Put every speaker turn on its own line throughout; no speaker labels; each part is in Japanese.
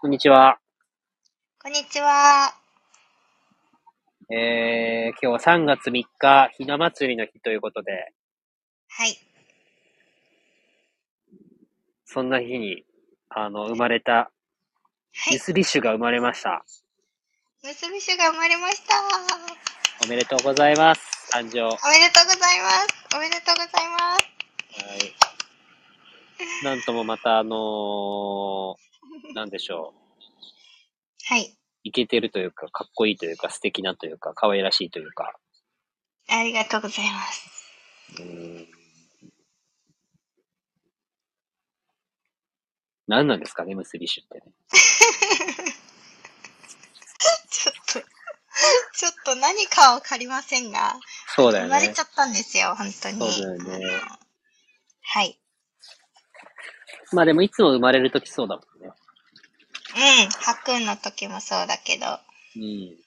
こんにちは。
こんにちは。
えー、今日は3月3日、ひな祭りの日ということで、
はい。
そんな日に、あの、生まれた、
はい
ミ。スビッシュが生まれました。
結び酒が生まれました。
おめでとうございます。誕生。は
おめでとうございます。おめでとうございます。
い。なんともまた、あのー、なんでしょう。
はい。
イケてるというか、かっこいいというか、素敵なというか、可愛らしいというか。
ありがとうございます。
うーん何なんですかね、ムスビッシュってね。
ちょっと、 ちょっと何かわかりませんが、
そうだ
生
よ
まれ
ね
ち。ゃったんですよ、本当に。
そうだよね
あのはい。
まあでも、いつも生まれるときそうだもんね。
うん。白雲の時もそうだけど、あ
うん。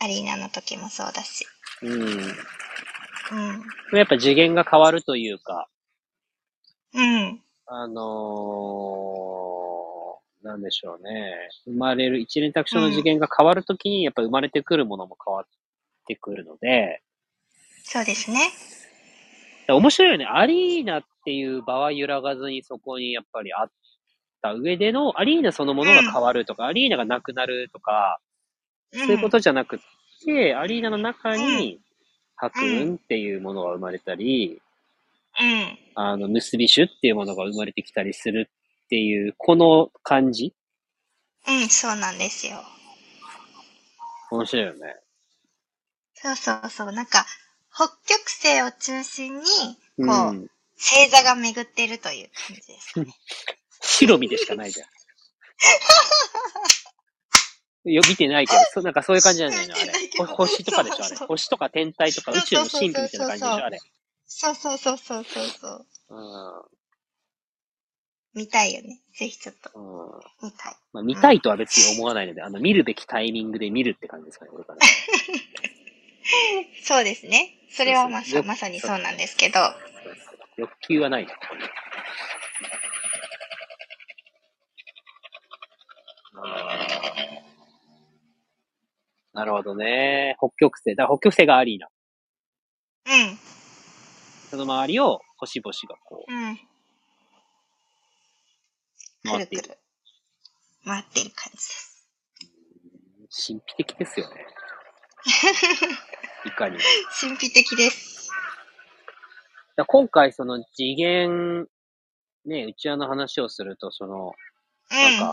アリーナの時もそうだし。
うん。
うん。
やっぱ次元が変わるというか、
うん。
あのー、なんでしょうね。生まれる、一連卓上の次元が変わるときに、やっぱ生まれてくるものも変わってくるので、
そうですね。
面白いよね。アリーナっていう場は揺らがずにそこにやっぱりあった上での、アリーナそのものが変わるとか、アリーナがなくなるとか、
うん、
そういうことじゃなくって、アリーナの中に、白雲っていうものが生まれたり、
うん。
あの、結び種っていうものが生まれてきたりするっていう、この感じ
うん、そうなんですよ。
面白いよね。
そうそうそう。なんか、北極星を中心に、こう、
ん。
星座が巡ってるという感じです。
白身でしかないじゃん。よ、見てないけ ど、そう、なんかそういう感じなんだよね、あ
見てないけ
れ。
ど
ほ星とかでしょ、あ
そ
れ
うそう。そう
星とか天体とか宇宙の神秘みたいな感じでしょ、あれ。
そうそうそうそうそうそう。
う
見たいよね。ぜひちょっと
ん。うん。
見たい。
まあ、見たいとは別に思わないので、あの、見るべきタイミングで見るって感じですかね、これから。
そうですね。それはま
そうそう
さ
よ
まさにそうなんですけど。
欲求はないな。なるほどね。北極星。だから北極星がアリーナ。
うん。
その周りを星々がこ
うん。
う
く
回っ
る
て
く
いる。
る。回ってる感じです。
神秘的ですよね。いかにも。だか
神秘的です。
ら今回その次元、ね、うちわの話をすると、その、
うん。
なんか、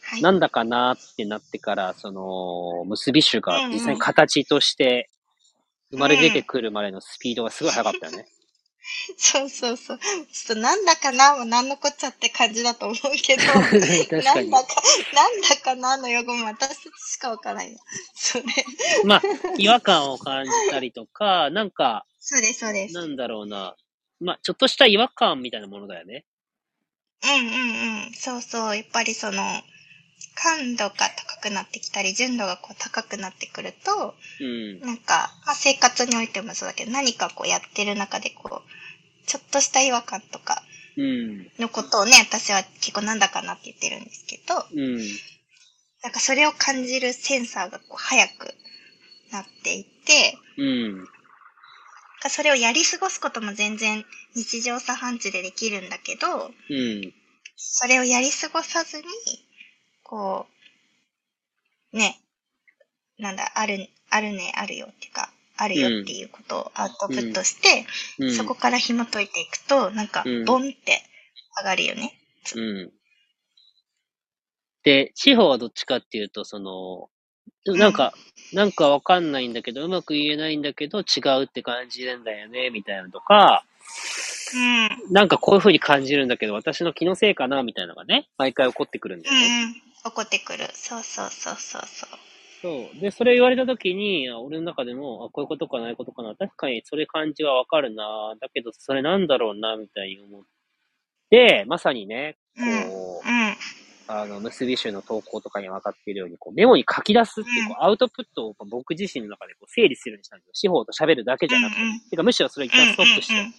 はい。
なんだかなってなってから、その、結び種が実際に形として生まれ出てくるまでのスピードがすごい速かったよね。
そうそうそう。ちょっとなんだかなもなんのこっちゃって感じだと思うけど。
確
な
か
ん
に
だ。か、なんだかなの用語も私たちしかわからないよ。それ。
まあ、違和感を感じたりとか、なんか、
そうです、そうです。
なんだろうな。まあ、ちょっとした違和感みたいなものだよね。
うんうんうん。そうそう。やっぱりその、感度が高くなってきたり、純度がこう高くなってくると、
うん。
なんか、まあ、生活においてもそうだけど、何かこうやってる中でこう、ちょっとした違和感とか
うん。
のことをね、私は結構なんだかなって言ってるんですけど、
うん。
なんかそれを感じるセンサーがこう早くなっていって、
うん。
なんかそれをやり過ごすことも全然日常茶飯事でできるんだけど、
うん。
それをやり過ごさずに、こう、ね、なんだ、ある、あるね、あるよっていうか、あるよっていうことをアウトプットして、
うん。
そこから紐解いていくと、なんか
うん、
ボンって上がるよね。
うん。で、地方はどっちかっていうと、その、なんか、なんかわかんないんだけど、うまく言えないんだけど、違うって感じなんだよね、みたいなのとか、
うん、うん、うん、
なんかこういう風に感じるんだけど、私の気のせいかな、みたいなのがね、毎回起こってくるんだよね。
怒ってくる。そうそうそうそうそう。
そう。で、それ言われた時に、あ俺の中でも、あ、こういうことかな、ああいうことかな、確かにそれ感じはわかるな、だけど、それなんだろうな、みたいに思って、まさにね、
うん、うん、
こう、あの、結び集の投稿とかに分かっているように、こう、メモに書き出すっていう、こう、アウトプットをこう僕自身の中でこう整理するようにしたんですよ。司法と喋るだけじゃなくて。
うんうん
てか、むしろそれを一旦ストップし
うん、うん、
て。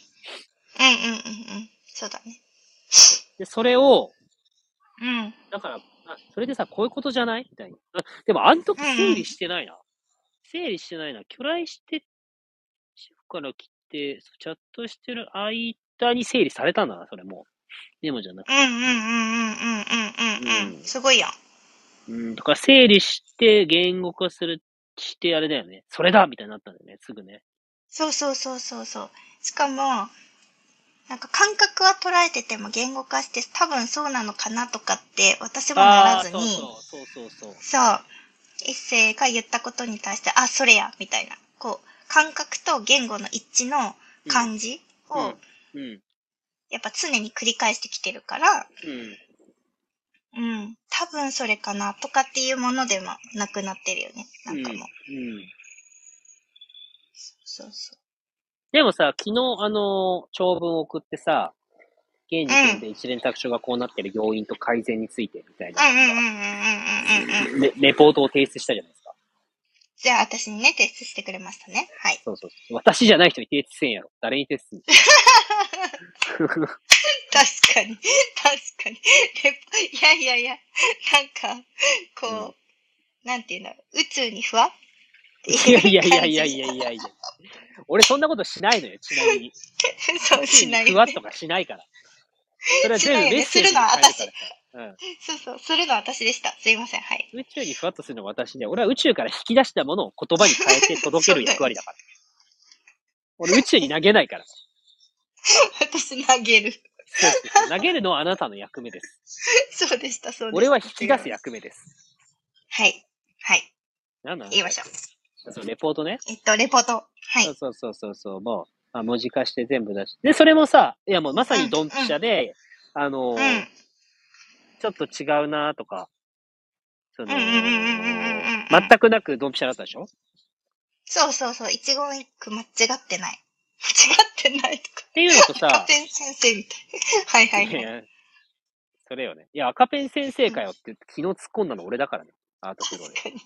うんうんうんうん、そうだね。
で、それを、
うん、
だから、あ、それでさ、こういうことじゃないみたいな。あでも、あの時整理してないな。整理してないな。巨来して、主婦から来て、そうチャットしてる間に整理されたんだな、それもう。でもじゃなくて。
うんうんうんうんうんうんうん
う
うんん。すごいやん。
うん、とか整理して言語化する、してあれだよね。それだみたいになったんだよね、すぐね。
そうそうそうそうそう。しかも、なんか感覚は捉えてても言語化して多分そうなのかなとかって私もなら
ああ
ず
ー、
に、
そうそう、そうそうそう。
そう。一星が言ったことに対して、あ、それや、みたいな。こう、感覚と言語の一致の感じを、
うん。うん。
やっぱ常に繰り返してきてるから、
うん。
うん、多分それかな、とかっていうものでもなくなってるよね。なんかもう。
うん。
そうそ。
でもさ、昨日、あの、長文を送ってさ、現時点で一連作書がこうなってる要因と改善についてみたいう
うんうんうん
な、
うんうんうんうんうん。
レレポートを提出したじゃないですか。
じゃあ私にね、提出してくれましたね。はい。
そうそうそう。私じゃない人に提出せんやろ。誰に提出すんの
確かに。確かに。レポいやいやいや、なんか、こう、なんていうんだろう。宇宙にふわっ
い
てい
や
う
いやいやいや
感じ
いやいやいや。俺そんなことしないのよ、ちなみに。
そうしない
ふ
よ
わっ
ね。
とかしないから。それは全
しな
部
いよね
メッセージに変えるからさ。
そうそう、するのは私でした。すいません、はい。
うん、宇宙にふわっとするのは私で、俺は宇宙から引き出したものを言葉に変えて届ける役割 だから。俺宇宙に投げないから。
私投げる。
そうです投げるのはあなたの役目です。
そうでした、そうでした。
俺は引き出す役目です。
はい。はい。
なんなの
言いましょう。
そうレポートね。
えっと、レポート。はい。
そうそうそうそうそう、もう、まあ、文字化して全部出して。で、それもさ、いやもうまさにドンピシャで、あのー、
うん。うん
ちょっと違うなとか、その、
うんうんうんうんうんうんう
全
ん
くなくドンピシャだったでしょ
そうそうそう。一言一句間違ってない。間違ってないとか。
っていうのとさ
赤、ペン先生みたい。はいはい
い
はい。
やそれよね。いや、赤ペン先生かよって昨日突っ込んだの俺だからね。アートプ ロで。
確かに。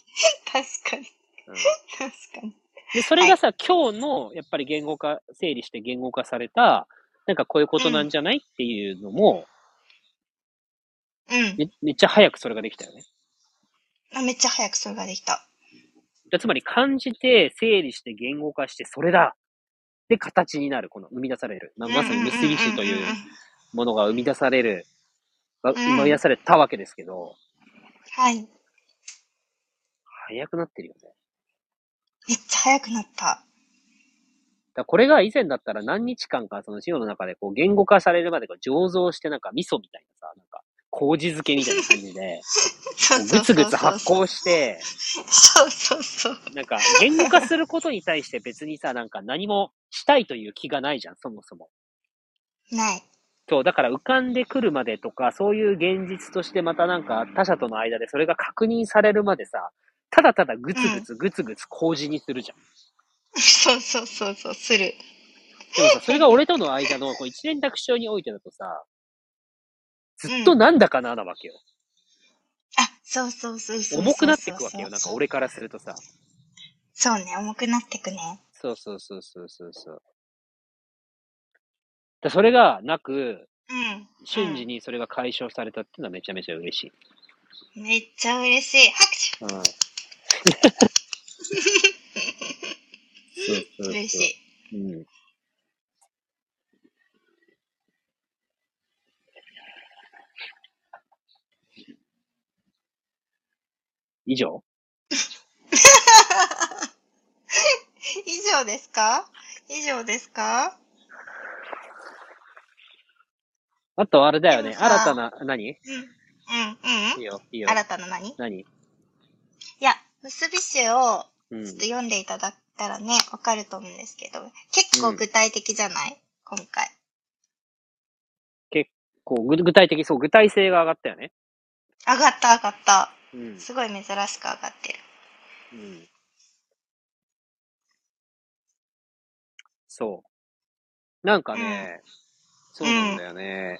確かに。
うん
確かに。
で、それがさ、今日の、やっぱり言語化、整理して言語化された、なんかこういうことなんじゃないっていうのも、
うん
めめっちゃ早くそれができたよね。
あ。めっちゃ早くそれができた。
だつまり感じて、整理して、言語化して、それだで、形になる、この生み出される。まあまさに結び詞とい
んんん
うん
ん
ものが生み出される、が
ん
生み出されたわけですけど、
はい。めっ
早くなってるよね。だか
ちゃ早くなった。
らこれが以前だったら何日間か、その資料の中でこう言語化されるまでこう醸造して、なんか味噌みたいなさ、なんか、麹漬けみたいな感じで、
そ
こ
う
う
そ
ぐつ
うそうそう。
ぐつ発酵して、
そうそうそう。
なんか、言語化することに対して別にさ、なんか何もしたいという気がないじゃん、そもそも。
ない。
そう、だから浮かんでくるまでとか、そういう現実としてまたなんか他者との間でそれが確認されるまでさ、ただただぐつぐつぐつぐつ麹にするじゃん。
そうそうそうそう、する。
でもさ、それが俺との間のこう一連卓上においてだとさ、ずっとなんだかななわけよ。
あ、そうそうそうそうそう。
重くなってくわけよ、なんか
そうそうそう。
俺からするとさ。
そうね、重くなってくね。
そうそうそうそうそうそう。だそれがなく、
うん。
瞬時にそれが解消されたっていうのはめちゃめちゃ嬉しい。
うん。めっちゃ嬉しい。拍手
うん。そうそ うそう
嬉しい。
うん。以上
以上ですか以上ですか
あとあれだよね。
でもさ
新たな、何
うん。うん、うん
いいよ、いいよ。
新たな何い
何
や、結び詞を
うん
ちょっと。読んでいただいたらね、わかると思うんですけど、結構具体的じゃない、今回。
こう、ぐ具体的、そう、具体性が上がったよね。
上がった上がった。
うん。
すごい珍しく上がってる。
うん、そう。なんかね、そうなんだよね。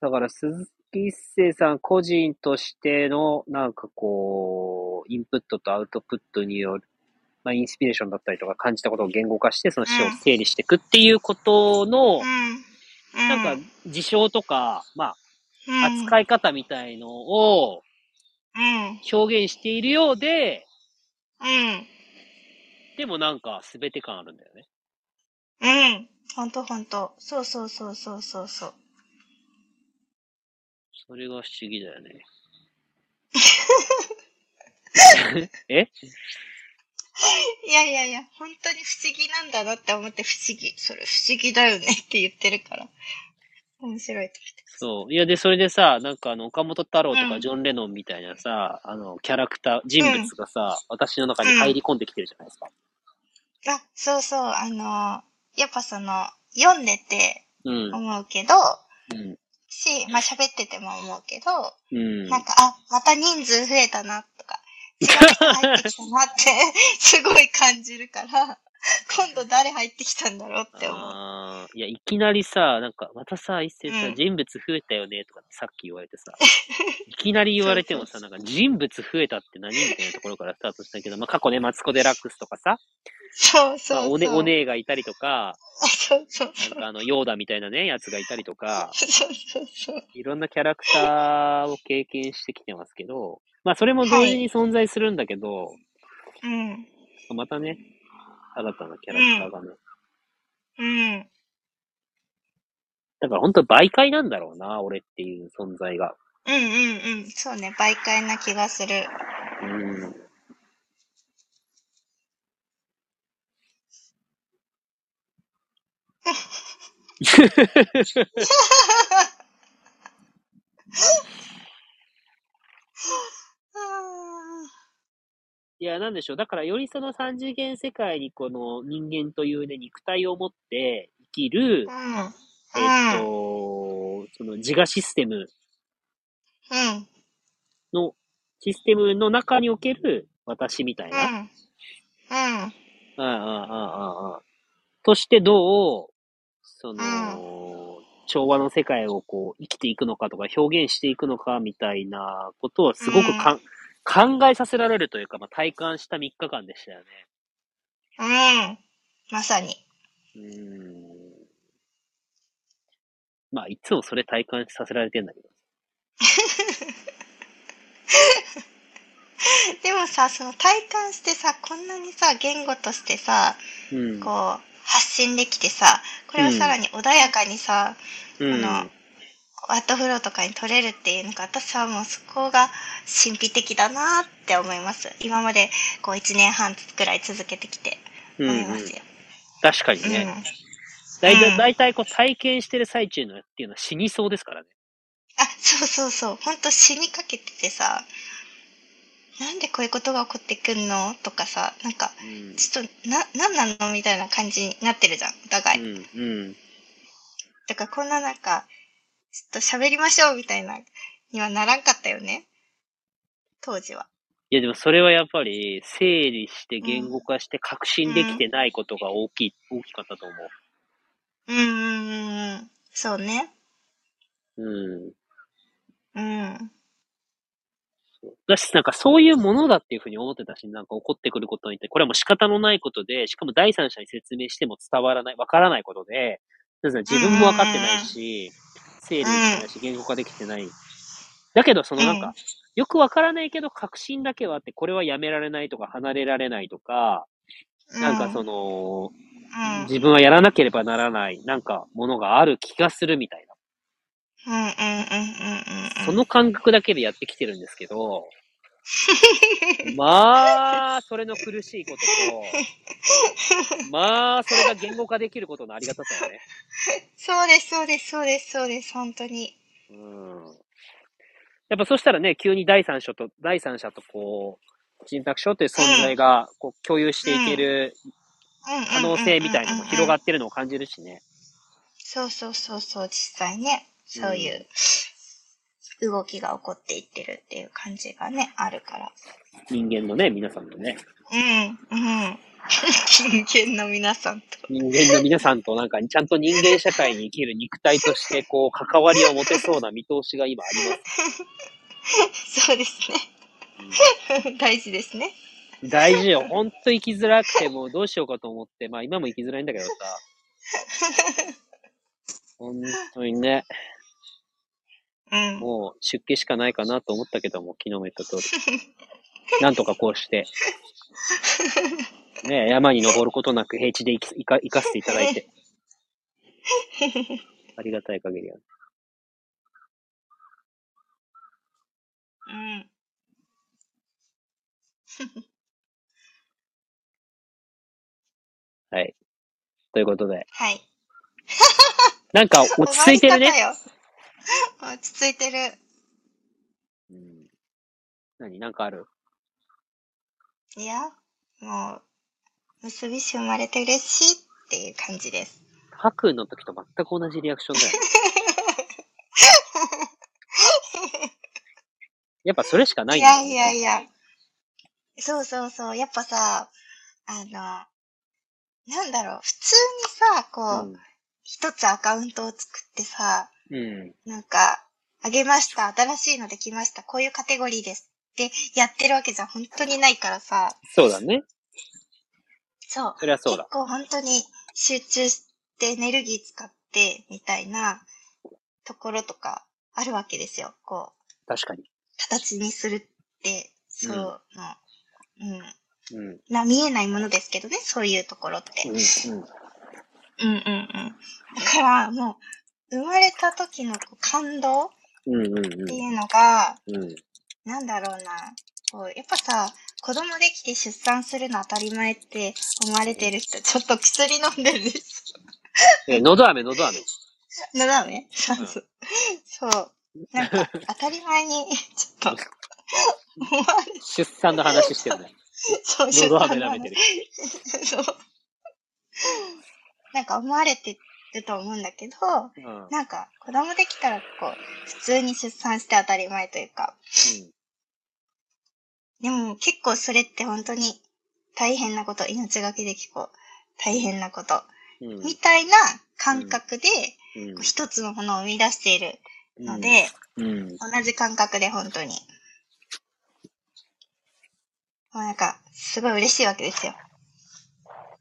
だから、鈴木一生さん個人としての、なんかこう、インプットとアウトプットによる、まあ、インスピレーションだったりとか感じたことを言語化して、その詩を
うん
整理していくっていうことの、
うん。うん。
なんか、事象とか、まあ、
うん。
扱い方みたいのを
うん。
表現しているようで、
うん。
でもなんか全て感あるんだよね。
うん。ほんとほんと。そうそうそうそうそうそう。
それが不思議だよね。え
いやいやいや、本当に不思議なんだなって思って不思議。それ不思議だよね って言ってるから。面白いと
そう。いや、で、それでさ、なんかあの、岡本太郎と
う
か
ん
ジョン・レノンみたいなさ、あの、キャラクター、人物がさ、私の中に入り込んできてるじゃないですか。
思って。あ、そうそう、あのやっぱその、読んでて
うん。
思うけど、
うん。
し、まあ喋ってても思うけど、
うん。
なんか、あ、また人数増えたなとか、違う人入ってきたなって すごい感じるから、今度誰入ってきたんだろうって思う。
あーいや、いきなりさ、なんか、またさ、一斉さ、
うん
人物増えたよね、とかってさっき言われて さ、いきなり言われてもさ、なんか、人物増えたって何みたいなところからスタートしたけど、まあ、過去ね、マツコ・デラックスとかさ、
そうそうそう。
まあ、おね、お。姉がいたりとか、
そうそうそう
なん。かあの、ヨーダみたいなね、やつがいたりとか、
そうそうそう。
いろんなキャラクターを経験してきてますけど、まあ、それも同時に存在するんだけど、
うん。
またね、新たなキャラクターがね、
うん。
だから本当媒介なんだろうな、俺っていう存在が。
うんうんうん。そうね。媒介な気がする。
うん。いや、なんでしょう。だから、よりその三次元世界にこの人間というね、肉体を持って生きる
う、ん。うん。
えっと、その自我システム
うん。
の、システムの中における私みたい
うん。う
な。
ん。うん。
うんうんうんうんうん。としてどう、その、調和の世界をこう、生きていくのかとか、表現していくのかみたいなことをすごくかん、考えさせられるというか、まあ、体感した3日間でしたよね。
うん。まさに。
うーんまあ、いつもそれ体感させられてんだけど。
でもさ、その体感してさ、こんなにさ、言語としてさ、
うん。
こう、発信できてさ、これをさらに穏やかにさ、
うん、
あのワットフローとかに取れるっていうのが私はもうそこが神秘的だなって思います今までこう1年半くらい続けてきて
うん
思
う
いま
ん
すよ、
確かに
うん
ね。だいた
うん
い、だいたいこう体験してる最中のっていうのは死にそうですからね。
あそうそうそうほんと死にかけててさなんでこういうことが起こってくんのとかさなんか
うん
ちょっとな何なのみたいな感じになってるじゃんお互い、
うん。うん。
だからこんななんかちょっと喋りましょうみたいなにはならんかったよね当時はい
や、でもそれはやっぱり、整理して言語化して確信できてないことが大きい、大きかったと思
うんうんうんうんそうね
う。うん。
うん。
だし、なんかそういうものだっていうふうに思ってたし、なんか起こってくることに対して、これはもう仕方のないことで、しかも第三者に説明しても伝わらない、わからないことで、なんか自分もわかってないし、整理できてないし、言語化できてない。だけど、そのなん
う
か、よくわからないけど、確信だけはあって、これはやめられないとか、離れられないとか、なんかその、
うん、
自分はやらなければならない、なんか、ものがある気がするみたいな。
うんうんうんうんうんうん。
その感覚だけでやってきてるんですけど、まあ、それの苦しいことと、まあ、それが言語化できることのありがたさよね。
そうです、そうです、そうです、そうです、本当に。
うん。やっぱそしたらね、急に第三者と、第三者とこう、人格症という存在がこう共有していける可能性みたいなのも広が
っ
ってるのを感じるしね。
そうそうそうそう、実際ね、そういう動きが起こっていってるっていう感じがね、あるから。
人間のね、皆さんとね。
うん、うん。 人間の皆さんと。
人間の皆さんとなんか、ちゃんと人間社会に生きる肉体として、こう、関わりを持てそうな見通しが今あります。
そうですね。 大事ですね。
大事よ。ほんと生きづらくて、もうどうしようかと思って、まあ今も生きづらいんだけどさ。ほんとにね。
うん。
もう出家しかないかなと思ったけども、昨日も言った通り。なんとかこうして、ね、山に登ることなく平地で生き生か生かせていただいて。ありがたい限りや。
うん。
はい。ということで。
はい。
なんか落ち着いてる
終わ
ね。
り方よ。 落ち着いてる。
うん、何なんかある
いや、もう、結び師生まれて嬉しいっていう感じです。
ハクの時と全く同じリアクション だよね。やっぱそれしかないいんだ
や
よね
いやいや。そうそうそう。やっぱさ、あの、なんだろう。普通にさ、こう、一、つアカウントを作ってさ、
うん。うん。
なんか、あげました。新しいのできました。こういうカテゴリーです。で、やってるわけじゃ本当にないからさ、
そうだね。
そう。
そりゃそうだ
結。構本当に集中してエネルギー使ってみたいなところとかあるわけですよ。こう、
確かに。
形にするって、そうの、うん、
うん。うん。
な、見えないものですけどね、そういうところって。うん
うん。
うんうん。だから、もう、生まれた時のこう感動っ
うんうん
ていうのが、
うん。うん。
なんだろうな。こうやっぱさ、子供できて出産するの当たり前って思われてる人、ちょっと薬飲んでるでし
え、のど飴、の ど飴。
ょ。のだめそう
うん
そう。なんか、当たり前に、ちょ っと、思われ
出産の話してるね。
そう、
のど飴
出産な
舐
の
めてる。
そう。なんか思われてると思うんだけど、
うん。うん。
なんか子供できたらこう、普通に出産して当たり前というか、でも結構それって本当に大変なこと、命がけで結構大変なこと、
うん。
みたいな感覚で、
うん
こう一つのものを生み出しているので、
うん。
同じ感覚で本当に。もうなんか、すごい嬉しいわけですよ。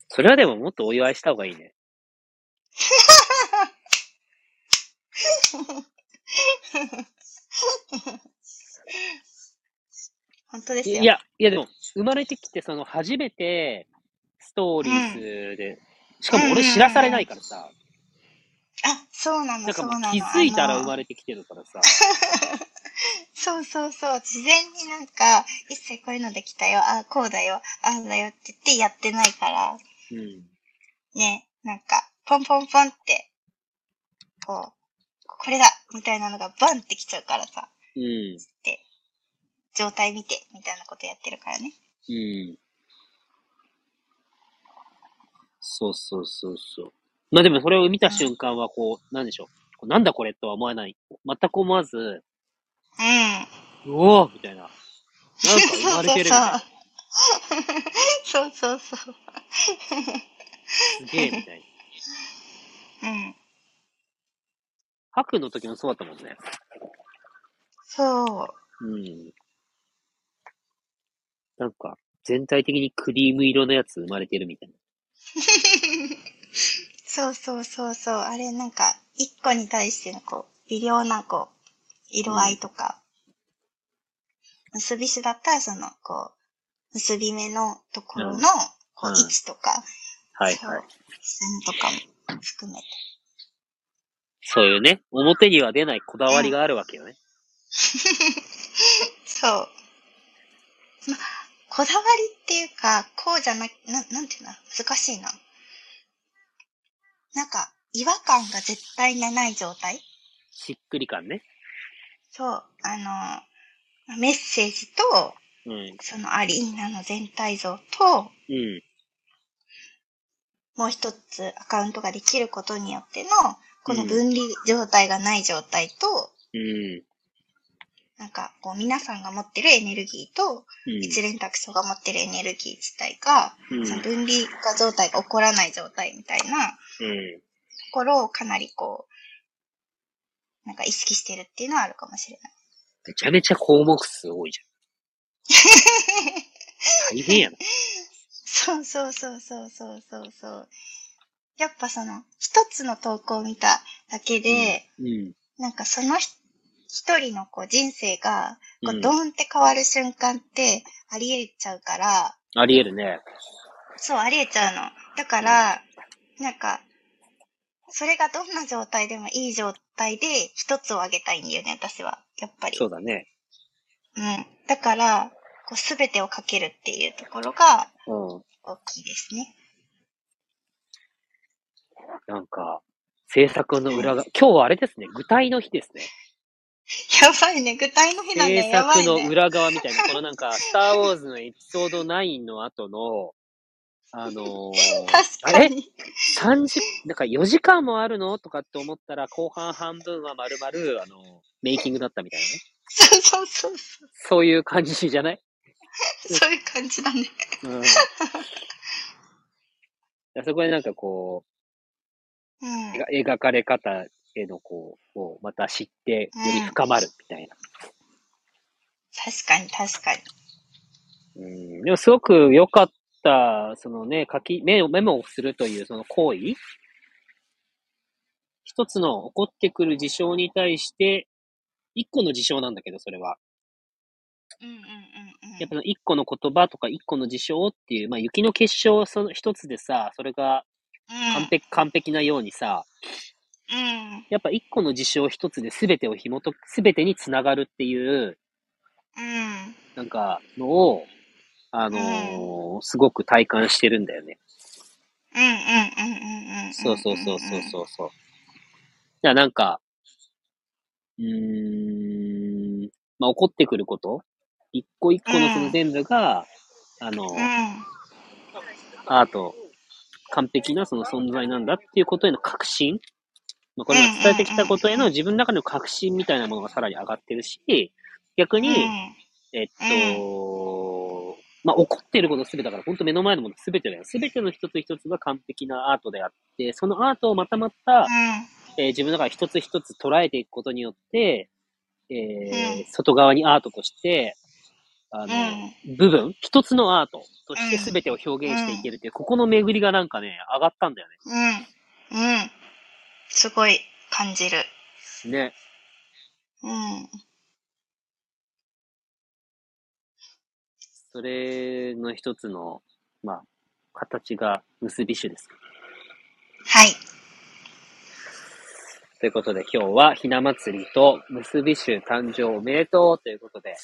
それはでももっとお祝いした方がいいね。
本当ですよ。
いや、いやでも、生まれてきて、その、初めて、ストーリーズで、しかも俺知らされないからさ、
あ、そうなの、
なんか
そう
も
なの。
う気づいたら生ま
れ
れてきてるからさ、
そうそうそう。事前になんか、一切こういうのできたよ、あこうだよ、ああだよって言ってやってないから、
うん。
ね、なんか、ポンポンポンって、こう、これだみたいなのがバンってきちゃうからさ、
うん。
状態見て、みたいなことやってるからね。
うん。そうそうそうそう。まあでもそれを見た瞬間は、こう、なんでしょう。こうなんだこれとは思わない。全く思わず、
うん。
うおーみたいな。なんか生まれてるみたいな。
そうそうそう。
すげえみたいな。
うん。
白の時もそうだったもんね。
そう。
うん。なんか、全体的にクリーム色のやつ生まれてるみたいな。
そうそうそうそう。あれなんか、一個に対してのこう、微量なこう、色合いとか、結び師だったらその、こう、結び目のところの、こう
うん
位置とか、
はい
そう
はい。
線とかも含めて。
そういうね、表には出ないこだわりがあるわけよね。
そう。ま、こだわりっていうか、こうじゃな、ななんていうの難しいな。なんか、違和感が絶対にない状態
しっくり感ね。
そう、あの、メッセージと、
うん。
そのアリーナの全体像と、
うん。
もう一つアカウントができることによっての、この分離状態がない状態と、
うん。
なんか、こう、皆さんが持ってるエネルギーと、
うん。
一連卓章が持ってるエネルギー自体が、
うん
その分離が状態が起こらない状態みたいな
うん。
ところをかなりこう、なんか意識してるっていうのはあるかもしれない。
めちゃめちゃ項目数多いじゃん。大変やな。
そうそうそうそうそうそうそう。やっぱその、一つの投稿を見ただけで、
うん。
なんかそのひ一人のこう人生が、
う
こう、
ん
ドーンって変わる瞬間って、ありえちゃうから、
ありえるね。
そう、ありえちゃうの。だから、なんか、それがどんな状態でもいい状態で一つをあげたいんだよね、私は。やっぱり。
そうだね。
うん。だから、こう、すべてをかけるっていうところが
うん。
大きいですね。
なんか、制作の裏が、今日はあれですね、具体の日ですね。
やばいね。具体 の日だね。
制
やば
作
い
の
ね。
裏側みたいな、このなんか、スター・ウォーズのエピソード9の後の、あのーあ
確か
れ
に。
三時なんか4時間もあるのとかって思ったら、後半半分は丸々、あのーメイキングだったみたいなね。
そうそうそうそ。
そういう感じじゃないう
そういう感じだね。
うん。そこでなんかこ
う
う、
ん。
描描かれ方へのこう、をまた知って、より深まるみたいな。
確かに、確かに。
うん、でもすごく良かった、そのね、書き、メモメモをするというその行為。一つの起こってくる事象に対して、一個の事象なんだけど、それは。
うんうんうんうん。
やっぱその一個の言葉とか一個の事象っていう、まあ雪の結晶その一つでさ、それが完璧、完璧なようにさ、
うん。うん。
やっぱ一個の事象一つで全てを紐解く、全てにつながるっていう、
うん。
なんか、のを、あのーすごく体感してるんだよね。
うんうんうんうんうん。
そうそうそうそうそうそう。じゃあなんか、うーん、まあ、起こってくること、一個一個のその全部が、あの、
うん。うん。
アート、完璧なその存在なんだっていうことへの確信、まあ、これまで伝えてきたことへの自分の中の確信みたいなものがさらに上がってるし、逆に、
うん
えっと、まあ、起こってることすべてだから、本当目の前のものすべてだよ。すべての一つ一つが完璧なアートであって、そのアートをまたまた、えー自分の中で一つ一つ捉えていくことによって、えー
うん
外側にアートとして、あの、部分、一つのアートとして
うん
全てを表現していけるっていう、ここの巡りがなんかね、上がったんだよ
うん。うん。うん。すごい感じる。
ね。ね。
うん。
それの一つの、まあ、形が結び種です。
はい。
ということで、今日はひな祭りと結び種誕生おめでとうということで、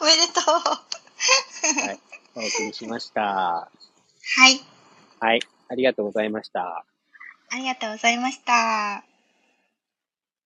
おめでとう。
はい、お送りしました。
はい。
はい、ありがとうございました。
ありがとうございました。